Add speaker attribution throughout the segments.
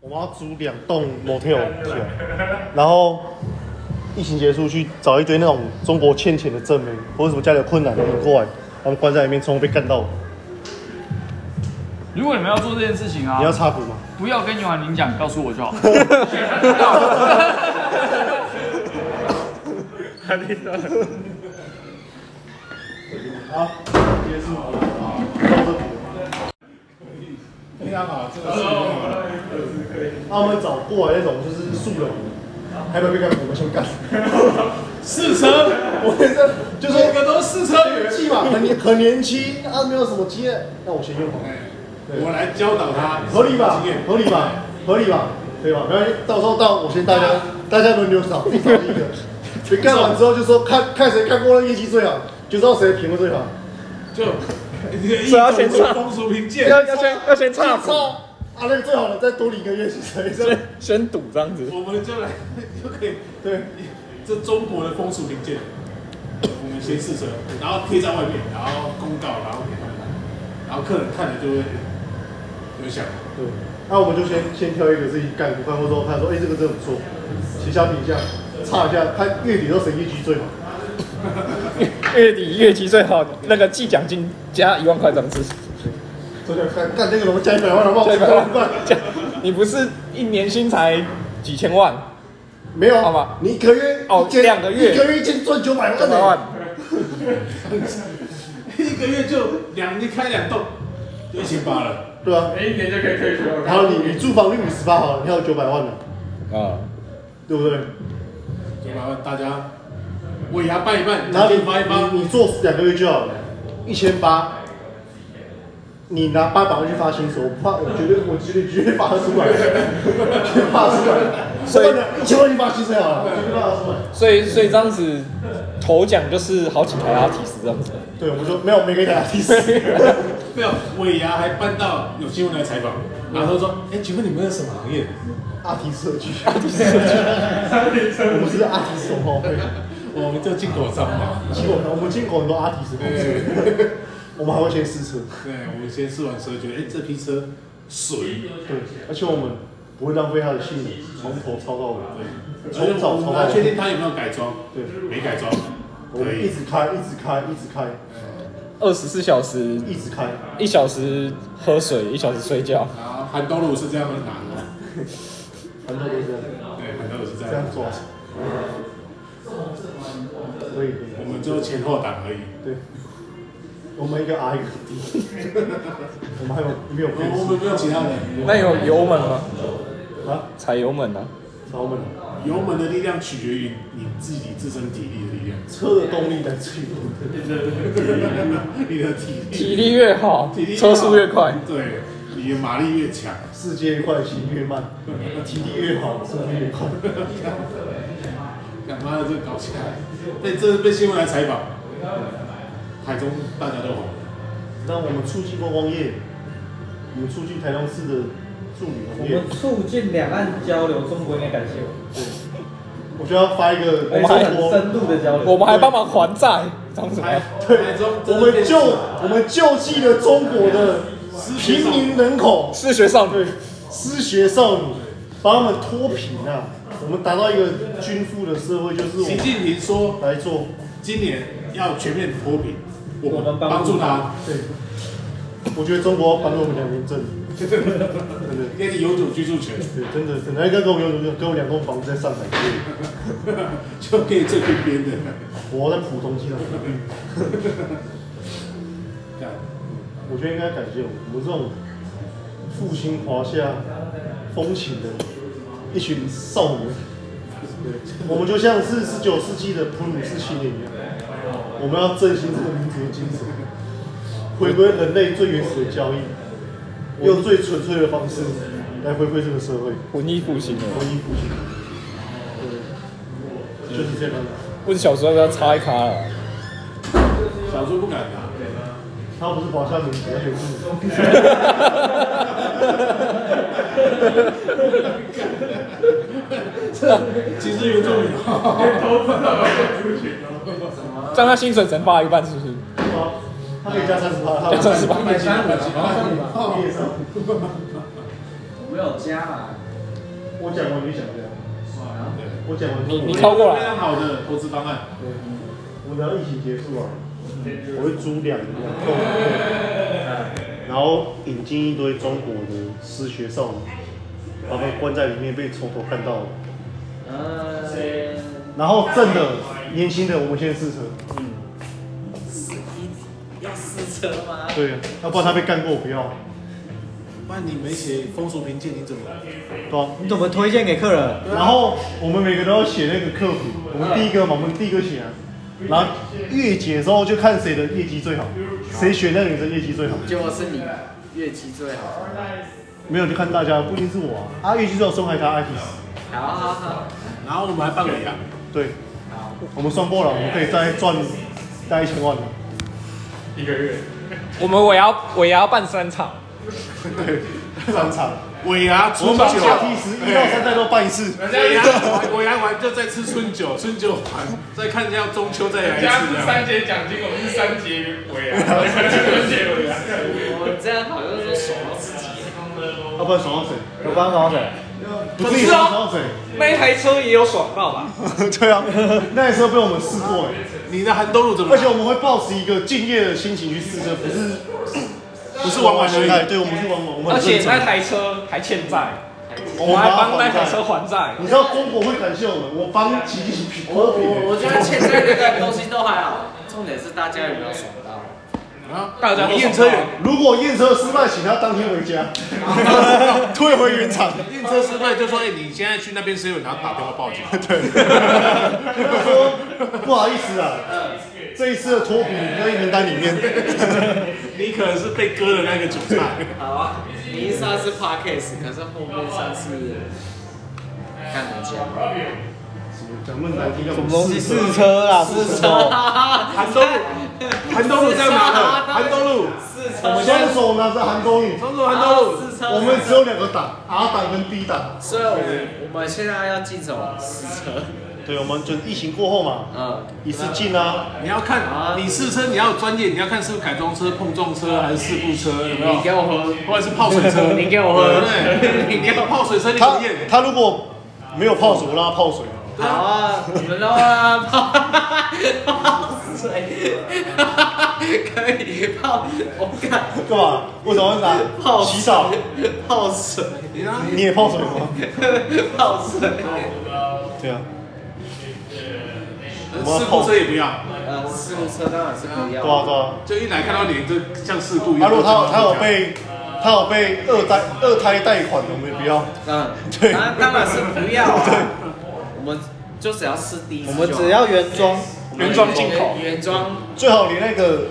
Speaker 1: 我们要租两栋 motel 起来，然后疫情结束去找一堆那种中国欠钱的证明，或者什么家里有困难的人过来，他们关在里面，从被干到。
Speaker 2: 如果你们要做这件事情啊
Speaker 1: 你，要插股吗？
Speaker 2: 不要跟尤涵宁讲，告诉我就好。
Speaker 1: 好，结束了。到这里了
Speaker 3: 非常好，这个是
Speaker 1: 那我们找过来那种就是素人，还没有被干，我们先干。
Speaker 3: 试车，
Speaker 1: 我们这就
Speaker 3: 每
Speaker 1: 说
Speaker 3: 个都试车 员。
Speaker 1: 气嘛，很年很年轻，啊没有什么经验，那我先用好。
Speaker 3: 我来教导他
Speaker 1: 合理吧
Speaker 3: 经验？
Speaker 1: 合理吧？合理吧？对吧？然后到时候到我先大家大家轮流扫，一扫一个。你干完之后就说看看谁看过那业绩最好，就知道谁评分最好。
Speaker 3: 就
Speaker 4: 所以要先唱
Speaker 3: 风俗评鉴，
Speaker 4: 要要先要先
Speaker 1: 大
Speaker 4: 岔
Speaker 1: 操！
Speaker 4: 股，
Speaker 1: 啊，那个最好的再多领一个月薪水，这样
Speaker 4: 先先赌这样子。
Speaker 3: 我们就来就可以
Speaker 1: 对。
Speaker 3: 这中国的风俗评鉴，我们先试车，然后贴在外面，然后公告，然后给他们看，然后客人看了就会有想，
Speaker 1: 对，那我们就先先挑一个自己干过，干过之后看说，哎、这个真的不错，旗下比一下，差一下，看月底到谁业绩最好。
Speaker 4: 月底月绩最好，那个季奖金加一万块这样子。
Speaker 1: 这就看干那个什么加一百万，好不好？
Speaker 4: 对吧
Speaker 1: 100万
Speaker 4: 加你不是一年薪才几千万，
Speaker 1: 没有，
Speaker 4: 好吧
Speaker 1: 你一个月
Speaker 4: 哦
Speaker 1: 一间
Speaker 4: 两个月
Speaker 1: 一个月一天赚九百万、
Speaker 4: 九百万？
Speaker 3: 哎一个月就两你开两栋，就一千八了。哎
Speaker 1: 对啊。
Speaker 5: 每一年就可以退休了。
Speaker 1: 然后你你住房率五十八好了，你还有九百万呢，
Speaker 4: 啊，
Speaker 1: 对不对？
Speaker 3: 就麻烦大家尾牙办一办，
Speaker 1: 然后
Speaker 3: 奖
Speaker 1: 你
Speaker 3: 金发一发
Speaker 1: 你，你做两个月就好了，一千八，你拿八百万去发薪水，我怕我绝对我绝对绝对发得出来，绝对发得出来。
Speaker 4: 所以
Speaker 1: 一千万去发薪水好了，绝对发得出来。
Speaker 4: 所以所以这样子头奖就是好几台阿提斯这样子。
Speaker 1: 对，我们说没有，没给大家提示。
Speaker 3: 没有尾牙还办到有新闻来采访，然后他说，哎，请问你们是什么行业？
Speaker 1: 阿提社区，阿提社区，我们是阿提手炮会，
Speaker 3: 我们就进口商嘛。
Speaker 1: 进口我们进口很多阿提斯公司，我们还会先试车，
Speaker 3: 对，我们先试完车，觉得哎这批车水，
Speaker 1: 对，而且我们不会浪费它的性能，从头操到尾，从
Speaker 3: 哎我
Speaker 1: 早
Speaker 3: 们
Speaker 1: 操
Speaker 3: 还
Speaker 1: 到
Speaker 3: 确定
Speaker 1: 晚，
Speaker 3: 它有没有改装，
Speaker 1: 对，
Speaker 3: 没改装，
Speaker 1: 我
Speaker 3: 可
Speaker 1: 们一
Speaker 3: 以。
Speaker 1: 直开，一直开，一直开，
Speaker 4: 二十四小时，
Speaker 1: 一直开，
Speaker 4: 一小时喝水，一小时睡觉。
Speaker 3: 然后韩东鲁是这样拿的，
Speaker 1: 反正就是这样，
Speaker 3: 对，韩东鲁是这
Speaker 1: 这
Speaker 3: 样
Speaker 1: 样，抓。可以可
Speaker 3: 我
Speaker 1: 以，
Speaker 3: 们就前后挡而已。
Speaker 1: 对，我们一个 R 一个 D，我们还有没有
Speaker 3: 我
Speaker 1: 变
Speaker 3: 们我
Speaker 1: 速
Speaker 3: 们没有其他人，
Speaker 4: 那有油门吗？
Speaker 1: 啊？
Speaker 4: 踩油门啊？
Speaker 1: 找我们。
Speaker 3: 油门的力量取决于你自己自身体力的力量，
Speaker 1: 车的动力来自于我们的
Speaker 3: 你的体力，
Speaker 4: 体力越好
Speaker 3: 体力，越好
Speaker 4: 车速越快。
Speaker 3: 对，你的马力越强。
Speaker 1: 世界越快，心越慢，体力越好，速度越快。
Speaker 3: 干妈的这个搞起来，被这被新闻来采访，台中大家都红，
Speaker 1: 那我们促进观光业，我们促进台中市的助旅
Speaker 5: 我
Speaker 1: 行业
Speaker 5: 们，促进两岸交流，中国应该感谢我，
Speaker 1: 我就要发一个微
Speaker 5: 我们
Speaker 1: 博
Speaker 5: 还很深入的交流。
Speaker 4: 我们还帮忙还债，这样子吗
Speaker 3: 台？
Speaker 1: 对
Speaker 3: 台中，
Speaker 1: 我
Speaker 3: 真的
Speaker 1: 们
Speaker 3: 变
Speaker 1: 救
Speaker 3: 成
Speaker 1: 我们救济了中国的平民人口，
Speaker 4: 是学少
Speaker 1: 对
Speaker 4: 女，
Speaker 1: 失学少女，把他们脱贫啊！我们达到一个均富的社会，就是我
Speaker 3: 习
Speaker 1: 们
Speaker 3: 近平说
Speaker 1: 来做。
Speaker 3: 今年要全面脱贫，我
Speaker 5: 我
Speaker 3: 们
Speaker 5: 们帮
Speaker 3: 帮助
Speaker 5: 助
Speaker 3: 他
Speaker 5: 他，
Speaker 1: 对，我觉得中国要颁给我们两年政，真的。
Speaker 3: 给你永久居住权，
Speaker 1: 对，真的，真的，应该给我有给我两栋房子在上海，对
Speaker 3: 就可以最边边的。
Speaker 1: 我在浦东机场。
Speaker 3: 干
Speaker 1: 我觉得应该感谢我们这种复兴华夏风情的一群少年，对，我们就像是十九世纪的普鲁士青年一样，我们要振兴这个民族的精神，回归人类最原始的交易，用最纯粹的方式来回馈这个社会，
Speaker 4: 文艺复兴了。
Speaker 1: 文艺复兴，对，就是这样。
Speaker 4: 问小时候要不要插一卡了？
Speaker 3: 小猪不敢拿，
Speaker 1: 他不是华夏民族，而且是
Speaker 3: 其实原住民
Speaker 4: 这样他薪水只能发一半，是不是？
Speaker 1: 他可以加三十八，他
Speaker 4: 加三十八
Speaker 3: 一百三十五，
Speaker 1: 他可以上
Speaker 5: 没有加嘛，
Speaker 1: 我讲完你讲这样，
Speaker 3: 对，
Speaker 1: 我讲完之后
Speaker 4: 你
Speaker 1: 我
Speaker 4: 靠过来
Speaker 3: 非常好的投资方案，
Speaker 1: 对，我等到疫情结束啊，我会租两两栋房子，然后引进一堆中国的失学少女，把他们关在里面被从头看到尾，
Speaker 6: 呃
Speaker 5: 嗯，
Speaker 1: 然后挣的年轻的我们先试车，
Speaker 5: 要试车吗？
Speaker 1: 嗯对，要不然他被干过我不要，
Speaker 3: 不然你没写风俗评鉴，你怎么来？
Speaker 1: 对啊吧、
Speaker 7: 你怎么推荐给客人？
Speaker 1: 然后我们每个都要写那个客服，我们第一个嘛，我们第一个写啊，然后月结之后就看谁的业绩最好，谁选那个女生业绩最好，
Speaker 6: 结果是你越级最好。
Speaker 1: 没有就看大家，不一定是我啊，啊业绩最好送给他 i t
Speaker 6: 好好好，
Speaker 3: 然后我们还办尾牙，
Speaker 1: 对，我们算过了，我们可以再赚大概一千万了，
Speaker 6: 一个月。
Speaker 4: 我们尾牙尾牙办三场，
Speaker 1: 三场，
Speaker 3: 尾牙
Speaker 1: 我
Speaker 3: 春
Speaker 1: 们
Speaker 3: 酒
Speaker 1: 把，假梯十一到三代都办一次，
Speaker 3: 尾牙完，尾牙完就再吃春酒，春酒完再看一下中秋再来一
Speaker 6: 人家
Speaker 3: 次
Speaker 6: 是
Speaker 3: 这样。
Speaker 6: 三节奖金，我们是三节尾啊，三节尾啊。我这样好像说爽到自己。
Speaker 1: 要啊不然爽到谁？
Speaker 7: 我帮找谁？
Speaker 1: 不是你爽到谁？
Speaker 4: 那一台车也有爽到吧？
Speaker 1: 对啊，那时候被我们试过哎、
Speaker 3: 你的寒冬乳怎么
Speaker 1: 而且
Speaker 3: 来？
Speaker 1: 我们会抱持一个敬业的心情去试车，不是
Speaker 3: 不是玩玩而已。
Speaker 1: 对，我们是玩玩，我们
Speaker 4: 而
Speaker 1: 很
Speaker 4: 且
Speaker 1: 认
Speaker 4: 那
Speaker 1: 真。
Speaker 4: 台车还欠债，
Speaker 1: 我
Speaker 4: 我
Speaker 1: 们
Speaker 4: 们
Speaker 1: 还
Speaker 4: 还
Speaker 1: 帮
Speaker 4: 帮
Speaker 1: 那
Speaker 4: 那
Speaker 1: 台
Speaker 4: 台
Speaker 1: 车
Speaker 4: 车还债。
Speaker 1: 你知道中国会感谢我们，我帮吉利脱贫。
Speaker 6: 我我觉得欠债那个东西都还好，重点是大家有没有爽到。
Speaker 3: 啊
Speaker 4: 大家都
Speaker 3: 验车员，
Speaker 1: 如果验车失败，请他当天回家，退回原厂。
Speaker 3: 验车失败就说，哎，你现在去那边谁有，然后打电话报警。
Speaker 1: 跟他说不好意思啊，这一次的脱贫在名单里面。
Speaker 3: 你可能是被割的那个韭菜。
Speaker 6: 好啊，你一上是 podcast，可是后面上是干人家。
Speaker 1: 讲那么难听，
Speaker 7: 什么东西？试车啦，试车。
Speaker 6: 韩东，
Speaker 3: 寒冬乳在哪呢？寒冬乳，
Speaker 1: 我们双手拿着韩东影，
Speaker 3: 冬乳，寒冬乳。
Speaker 6: 试啊车，
Speaker 1: 我们只有两个档，R 档跟 B 档。
Speaker 6: 所以我们我们现在要进什么试车？
Speaker 1: 对，我们就疫情过后嘛，
Speaker 6: 嗯，
Speaker 1: 一次进啊，
Speaker 3: 你要看，你试车你要有专业，你要看是不是改装车、碰撞车还是事故车，有没有
Speaker 6: 你？给我喝。
Speaker 3: 或者是泡水车，
Speaker 6: 你给我喝
Speaker 3: 对，你给我泡水车，你怎
Speaker 6: 啊
Speaker 1: 他
Speaker 3: 么验？
Speaker 1: 他如果没有泡水，我让他泡水。
Speaker 6: 好啊，我们都要泡泡水，可以泡，我看
Speaker 1: 干嘛？为什么要拿
Speaker 6: 泡
Speaker 1: 洗澡？
Speaker 6: 泡水，
Speaker 3: 你呢？
Speaker 1: 你也泡水吗？
Speaker 6: 泡水，
Speaker 1: 对啊，
Speaker 3: 事故车也不要，
Speaker 6: 呃，事故车当然是不
Speaker 1: 对啊
Speaker 6: 要，
Speaker 1: 对啊。
Speaker 3: 就一来看到你就像事故一
Speaker 1: 他
Speaker 3: 样。
Speaker 1: 如果他有他有被他有被二胎二胎贷款的，我们也不要。
Speaker 6: 嗯，
Speaker 1: 对
Speaker 6: 当当然是不要啊，我们就只要试第一次
Speaker 7: 我
Speaker 6: 就好，
Speaker 7: 们只要原装，
Speaker 4: 原装进口
Speaker 6: 原装
Speaker 1: 最好连那个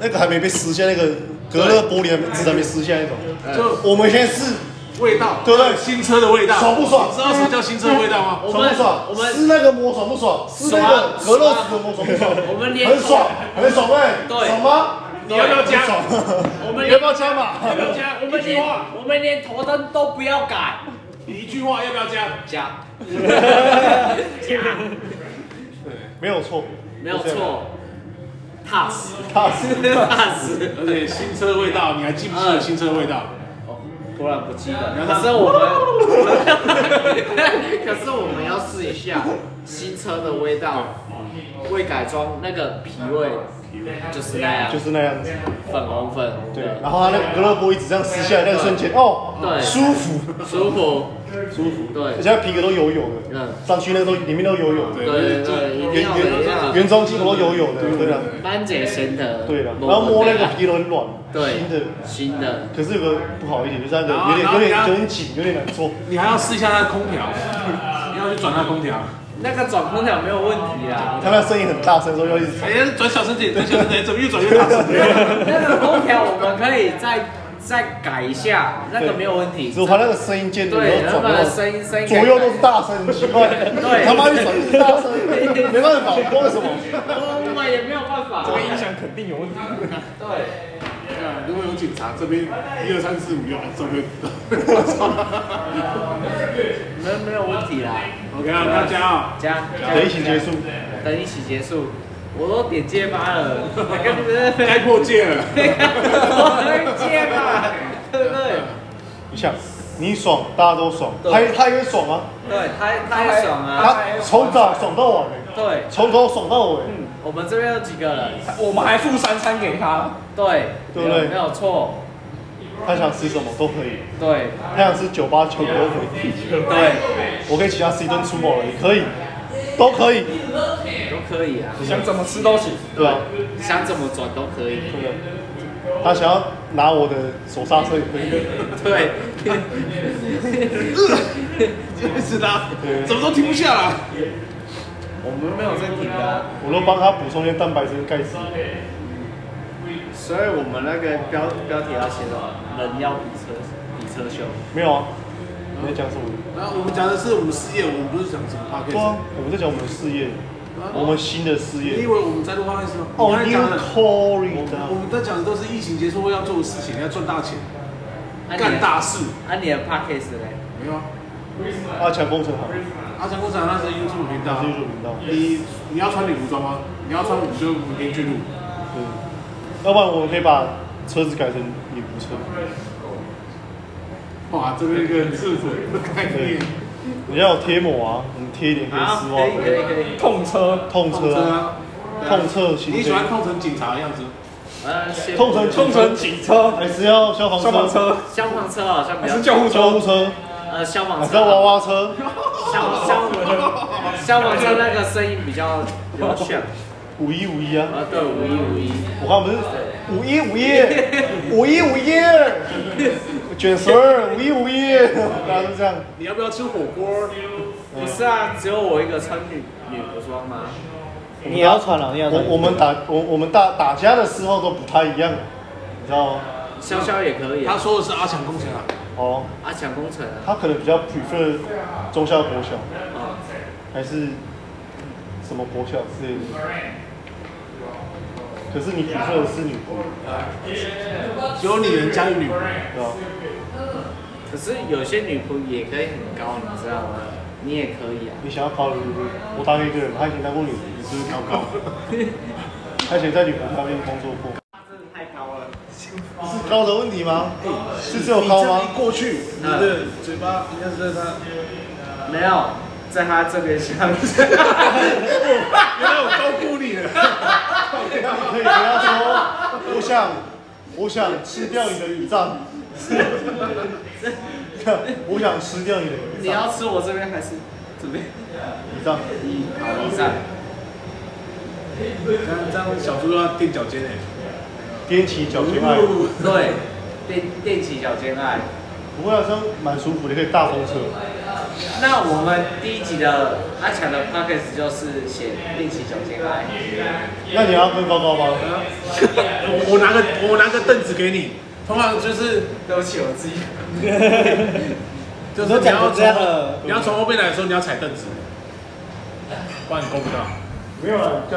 Speaker 1: 那个还没被撕下那个隔热玻璃还没纸还没撕下那种。
Speaker 6: 嗯
Speaker 3: 就
Speaker 1: 我们先试
Speaker 3: 味道，
Speaker 1: 对不对
Speaker 3: 新车的味道，
Speaker 1: 爽不爽
Speaker 3: 你知道什么叫新车的味道吗？
Speaker 6: 我
Speaker 1: 爽
Speaker 6: 们
Speaker 1: 不爽？
Speaker 6: 我们
Speaker 1: 撕那个膜爽不爽？撕那个隔
Speaker 6: 爽啊
Speaker 1: 热纸的膜爽不爽？
Speaker 6: 我们连
Speaker 1: 很爽，很爽哎，
Speaker 6: 对
Speaker 1: 爽吗？
Speaker 3: 你要不要加
Speaker 1: 爽？
Speaker 6: 我们
Speaker 1: 你要不要加码？
Speaker 6: 我们连我们连头灯都不要改，
Speaker 3: 你一句话要不要加？
Speaker 6: 加，
Speaker 1: 没有错，
Speaker 6: 没有
Speaker 1: 就这样。
Speaker 6: 错，踏实，
Speaker 1: 踏实
Speaker 6: 踏实。
Speaker 3: 而且新车的味道，你还记不记得新车的味道？
Speaker 6: 哦，突然不记得。可是我们，可是我们要试一下新车的味道，未改装那个皮味就是那样，
Speaker 1: 就是那样子，
Speaker 6: 粉红粉红
Speaker 1: 对。
Speaker 6: 的，
Speaker 1: 然后他那个隔热玻璃纸这样撕下来那个瞬间，哦，
Speaker 6: 对
Speaker 1: 舒服，
Speaker 6: 舒服，舒服，
Speaker 1: 而
Speaker 6: 对，
Speaker 1: 且它皮革都油油的，
Speaker 6: 嗯，
Speaker 1: 上去那个都里面都油油的
Speaker 3: 对，
Speaker 6: 对对对，一
Speaker 1: 原
Speaker 6: 定要怎
Speaker 1: 原
Speaker 6: 样？
Speaker 1: 原装进口都油油的，对的，
Speaker 6: 班姐先的，
Speaker 1: 对的。然后摸那个皮都很软，
Speaker 6: 对
Speaker 1: 新的。
Speaker 6: 新的。
Speaker 1: 可是有个不好一点，就是它的
Speaker 3: 然后
Speaker 1: 有点
Speaker 3: 然
Speaker 1: 有点有
Speaker 3: 后你要
Speaker 1: 点紧，有点难做。
Speaker 3: 你还要试一下它的空调，你要去转它空调。
Speaker 6: 那个转空调没有问题啦，
Speaker 1: 它那声音很大声，所以要一直
Speaker 3: 哎呀，转小声点，转小声点，怎么越转越大声？
Speaker 6: 那个空调我们可以再再改一下，那个没有问题。
Speaker 1: 只有它那个声音键，
Speaker 6: 对，
Speaker 1: 然
Speaker 6: 那
Speaker 1: 后转
Speaker 6: 个
Speaker 1: 到
Speaker 6: 声音声音
Speaker 1: 左右都是大声，很奇怪。
Speaker 6: 对
Speaker 1: 他妈你转一直大声，没办法，不知道为什么。
Speaker 6: 我们也没有办法。
Speaker 4: 音响肯定有问题。
Speaker 6: 对，
Speaker 3: 如果有警察这边一二三四五六，这边。
Speaker 6: 没没有问题啦。
Speaker 3: OK 啊，大家啊，
Speaker 6: 这样
Speaker 1: 等疫情结束，
Speaker 6: 等一起结束，我都点结巴了，跟不是
Speaker 3: 该破戒了。
Speaker 6: 哎我会结巴，对不对？
Speaker 1: 你想，你爽，大家都爽，
Speaker 6: 对
Speaker 1: 他也他也爽啊，
Speaker 6: 对，他他也爽啊，
Speaker 1: 他从早爽到晚欸
Speaker 6: 对，
Speaker 1: 从头爽到尾，
Speaker 6: 嗯，我们这边有几个人，
Speaker 4: 我们还付三餐给他，
Speaker 6: 对，
Speaker 1: 对不对
Speaker 6: 没有错，
Speaker 1: 他想吃什么都可以，
Speaker 6: 对
Speaker 1: 他想吃九八九都可以，
Speaker 6: 对，
Speaker 1: 我可以请他吃一顿出毛了，也可以，都可以，
Speaker 6: 都可以啊，
Speaker 4: 想怎么吃都行。
Speaker 1: 对吧？
Speaker 6: 想怎么转都可以，
Speaker 1: 对不对？他想要拿我的手刹车也可以，
Speaker 6: 对，
Speaker 3: 是的，怎么都停不下来。
Speaker 6: 我们没有在停的啊，
Speaker 1: 我都帮他补充一些蛋白质跟钙质。
Speaker 6: 所以我们那个标标题要写什么？人要比车比车凶，
Speaker 1: 没有啊，你在讲什么？
Speaker 3: 然后我们讲的是我们事业，我们不是讲什么 p o d
Speaker 1: 对
Speaker 3: c a
Speaker 1: 啊，我们在讲我们的事业，
Speaker 3: 啊
Speaker 1: 我们新的事
Speaker 3: 你以
Speaker 1: 业。
Speaker 3: 为我们在录 p o d c a 吗？我
Speaker 1: 哦
Speaker 3: 们在
Speaker 1: ，New
Speaker 3: 讲的，我
Speaker 1: Corey
Speaker 3: 们在讲的都是疫情结束后要做的事情，要赚大钱，
Speaker 6: 啊你的
Speaker 3: 干大事。
Speaker 6: 啊你的 p a c k a g e 嘞？
Speaker 3: 没有啊，
Speaker 1: 的阿强工程好，
Speaker 3: 阿强工厂那是 YouTube 频道啊
Speaker 1: 是。YouTube 频道，
Speaker 3: 你你要穿礼服装吗？你要穿，我们就明天去录。
Speaker 1: 对。要不然我们可以把车子改成你不车，
Speaker 3: 哇，这边一个制服的概念，
Speaker 1: 你要有贴膜啊，我们贴一点黑
Speaker 6: 好，
Speaker 1: 丝袜
Speaker 6: 可，以可以可以，
Speaker 4: 痛车，
Speaker 1: 哦痛
Speaker 3: 控
Speaker 1: 车
Speaker 3: 车
Speaker 1: 啊，
Speaker 3: 啊，对啊
Speaker 1: 痛车行
Speaker 3: 你喜欢
Speaker 1: 车，
Speaker 3: 控成警察的样子？
Speaker 6: 呃，先
Speaker 1: 痛成
Speaker 4: 痛车警车，
Speaker 1: 还是要消
Speaker 4: 消
Speaker 1: 防
Speaker 4: 防
Speaker 1: 车、
Speaker 4: 车，
Speaker 6: 消防车好像
Speaker 4: 还
Speaker 6: 比较
Speaker 4: 是，救护
Speaker 1: 救护
Speaker 4: 车，
Speaker 1: 车，
Speaker 6: 呃，消
Speaker 1: 还
Speaker 6: 防
Speaker 1: 是要娃
Speaker 6: 车，
Speaker 1: 娃车？
Speaker 6: 消消消防车那个声音比较比较像，
Speaker 1: 五一五一啊，
Speaker 6: 啊，对，五一五一，
Speaker 1: 我看我们是五一五一，五一五一，卷舌儿五一五一，大家都这样。
Speaker 3: 你要不要吃火锅？
Speaker 6: 不是啊，只有我一个穿女女服装吗？
Speaker 7: 你也要穿了，你也要穿。
Speaker 1: 我我们打我我们打打架的时候都不太一样，你知道吗？
Speaker 6: 潇潇也可以
Speaker 3: 他
Speaker 6: 啊，
Speaker 3: 说的是阿强工程啊，
Speaker 1: 哦，
Speaker 6: 阿强工程啊，
Speaker 1: 他可能比较 prefer 中校国小
Speaker 6: 哦，
Speaker 1: 还是什么国小之类的。可是你 prefer 的是女国，
Speaker 3: 只有你能驾驭女仆。
Speaker 1: 对吧？
Speaker 6: 可是有些女仆也可以很高，你知道吗？你也可以啊，
Speaker 1: 你想要考女仆，我打给一个人，他以前当过女仆，就是高高，他以前在女仆那边工作过。
Speaker 6: 真的太高了，
Speaker 1: 是高的问题吗？是只有高吗？
Speaker 3: 过去，你的嘴巴应该是在他。
Speaker 6: 没有，在他这边像，
Speaker 3: 原来我高估你了。
Speaker 1: 可以跟他说，我想，我想吃掉你的胰 脏，我想吃掉你的胰
Speaker 6: 你
Speaker 1: 脏，
Speaker 6: 要吃我这边还是这边？
Speaker 1: 胰脏，
Speaker 6: 一好，以上，
Speaker 3: 这样这样，小猪要垫脚尖哎。
Speaker 1: 踮起脚尖迈，
Speaker 6: 对，垫垫起脚尖爱。
Speaker 1: 不过好像蛮舒服的，可以大风车。
Speaker 6: 那我们第一集的阿强的 podcast 就是写练习脚尖爱，
Speaker 1: 那你要跟高高吗？
Speaker 3: 哎我我拿个我拿个凳子给你，通常就是
Speaker 6: 对不起，我自己。
Speaker 3: 就
Speaker 7: 你都
Speaker 3: 是你
Speaker 7: 讲成
Speaker 3: 要
Speaker 7: 这样了
Speaker 3: 从你要从后面来的时候，你要踩凳子，不然你够不到。
Speaker 1: 没有啊，这样